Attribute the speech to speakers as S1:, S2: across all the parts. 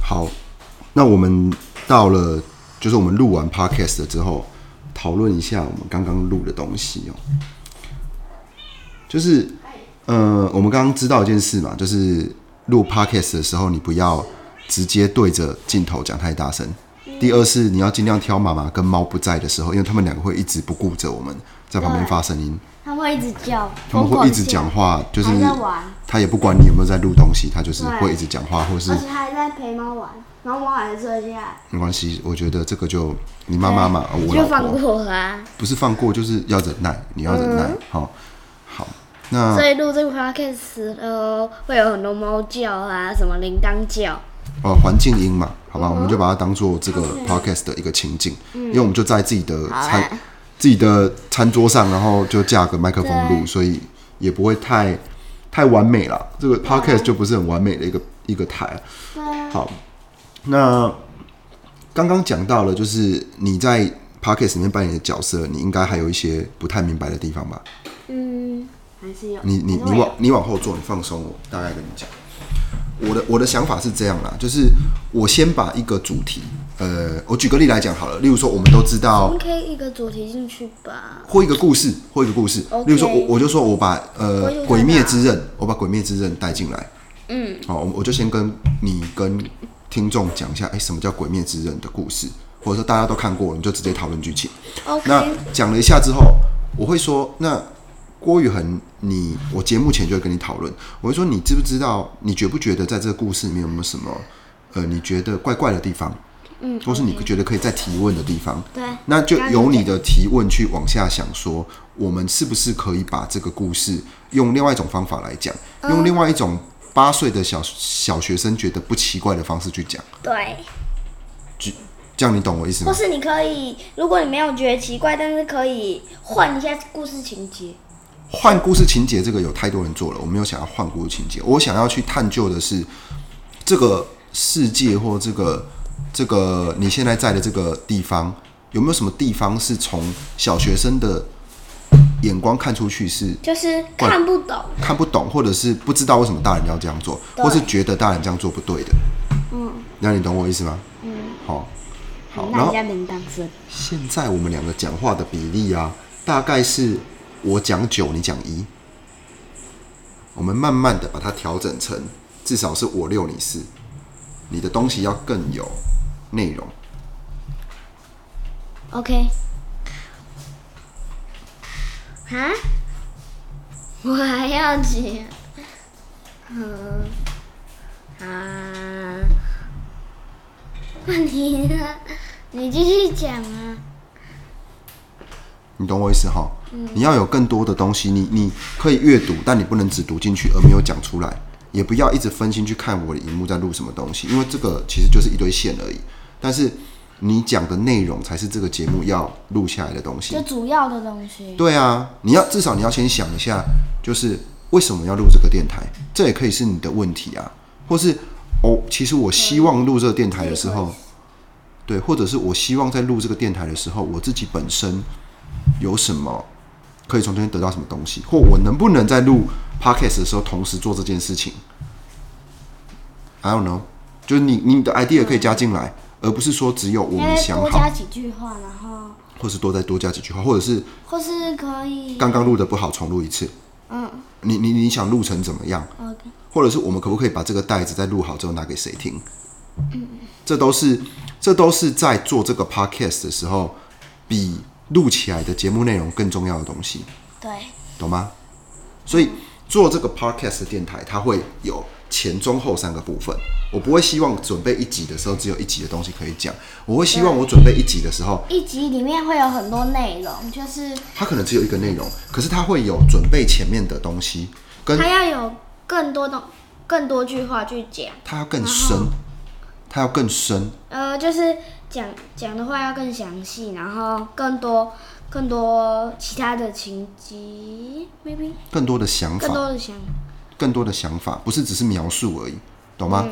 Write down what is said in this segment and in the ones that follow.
S1: 好，那我们到了，就是我们录完 podcast 了之后，讨论一下我们刚刚录的东西哦。就是，呃，我们刚刚知道一件事嘛，就是录 podcast 的时候，你不要直接对着镜头讲太大声。
S2: 嗯
S1: 第二是你要尽量挑妈妈跟猫不在的时候，因为他们两个会一直不顾着我们在旁边发声音，
S2: 他会一直叫，
S1: 他们
S2: 疯
S1: 会
S2: 狂
S1: 一直讲话，就是
S2: 还在玩
S1: 他也不管你有没有在录东西，他就是
S2: 对
S1: 会一直讲话，或
S2: 叫，
S1: 是
S2: 而且还在陪猫玩，然后猫还是睡下来，
S1: 没关系，我觉得这个就你妈妈嘛，我老
S3: 就放
S1: 婆
S3: 过嗯啊。
S1: 不是放过，就是要忍耐，你要忍耐。好、好，那
S3: 所以录这个 podcast 时候会有很多猫叫啊，什么铃铛叫，
S1: 哦环境音嘛，好
S3: 嗯
S1: 吧，我们就把它当做这个 podcast 的一个情境，因为我们就在自己的餐、
S3: 啊
S1: 自己的餐桌上，然后就架个麦克风录，所以也不会太太完美了。这
S3: 嗯
S1: 个 podcast 就不是很完美的一个一个台。啊好，那刚刚讲到了，就是你在 podcast 里面扮演的角色，你应该还有一些不太明白的地方吧？
S3: 嗯
S2: 还是有。
S1: 你你
S2: 还是
S1: 你
S2: 会有
S3: 啊
S1: 往你往后坐，你放松，我大概跟你讲。我的我的想法是这样啦，就是我先把一个主题，呃，我举个例来讲好了，例如说我们都知
S3: 我
S1: 道
S3: 们可以一个主题进去吧。
S1: 或一个故事或一个故事
S3: OK
S1: 例如说我我就说我把呃
S3: 我
S1: 《
S3: 有
S1: 鬼
S3: 看
S1: 灭
S3: 到
S1: 之刃》，我把《鬼灭之刃》带进来，嗯，好，我我就先跟你跟听众讲一下，哎、什么叫《鬼灭之刃》的故事，或者说大家都看过了，你就直接讨论剧情。那
S3: OK，
S1: 讲了一下之后，我会说，那郭宇恒，你我节目前就会跟你讨论，我会说你知不知道，你觉不觉得在这个故事里面有没有什么，呃，你觉得怪怪的地方，嗯，或是你觉得可以再提问的地方，
S2: 对，
S1: 那就由你的提问去往下想说我们是不是可以把这个故事用另外一种方法来讲，用另外一种八岁的小小学生觉得不奇怪的方式去讲，
S3: 对，
S1: 这样你懂我意思吗
S3: 或？是你可以，如果你没有觉得奇怪，但是可以换一下故事情节。
S1: 换故事情节这个有太多人做了，我没有想要换故事情节，我想要去探究的是这个世界或这个这个你现在在的这个地方有没有什么地方是从小学生的眼光看出去是
S3: 就是看不懂，
S1: 看不懂，或者是不知道为什么大人要这样做，
S3: 对
S1: 或是觉得大人这样做不对的。嗯，那你懂我意思吗？嗯，好，好，然
S2: 那
S1: 后
S2: 人家铃铛声，
S1: 现在我们两个讲话的比例啊，大概是我讲九，你讲一。我们慢慢的把它调整成，至少是我六，你四。你的东西要更有内容。
S2: OK，
S3: 啊？我还要讲，嗯，啊，那你呢？你继续讲啊。
S1: 你懂我意思哈？你要有更多的东西，你你可以阅读，但你不能只读进去而没有讲出来，也不要一直分心去看我的荧幕在录什么东西，因为这个其实就是一堆线而已。但是你讲的内容才是这个节目要录下来的东西
S2: 就。主要的东西。
S1: 对啊，你要至少你要先想一下，就是为什么要录这个电台？这也可以是你的问题啊，或是哦，其实我希望录这个电台的时候，对，或者是我希望在录这个电台的时候，我自己本身有什么可以从中间得到什么东西，或我能不能在录 podcast 的时候同时做这件事情？I don't know，就是你你的 idea 可以加进来，而不是说只有我
S2: 应
S1: 们
S2: 该
S1: 想
S2: 哎多加
S1: 好，
S2: 几句话，然后
S1: 或是多再多加几句话，或者是
S2: 或是可以
S1: 刚刚录的不好，重录一次。
S2: 嗯
S1: 你你你想录成怎么样？
S2: OK，
S1: 或者是我们可不可以把这个袋子再录好之后拿给谁听？这都是这都是在做这个 podcast 的时候，比录起来的节目内容更重要的东西，
S2: 对，
S1: 懂吗？所以做这个 podcast 的电台，它会有前中后三个部分。我不会希望准备一集的时候只有一集的东西可以讲，我会希望我准备一集的时候，
S2: 一集里面会有很多内容，就是
S1: 它可能只有一个内容，可是它会有准备前面的东西，跟
S3: 他要有更多的、更多句话去讲，
S1: 它要更深，它要更深，
S3: 呃，就是讲讲的话要更详细，然后更多、更多其他的情节，maybe
S1: 更多的想
S3: 更
S1: 法，
S3: 多的想，
S1: 更多的想法，不是只是描述而已，懂吗？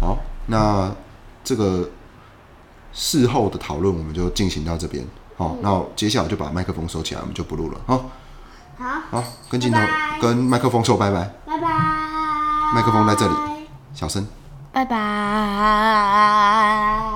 S1: 好，那这个事后的讨论我们就进行到这边。好、那接下来就把麦克风收起来，我们就不录了。好，
S2: 好，
S1: 好，跟镜头
S2: 拜拜
S1: 跟麦克风说拜拜，
S2: 拜拜，
S1: 麦克风在这里，小声。
S2: 拜
S3: 拜拜。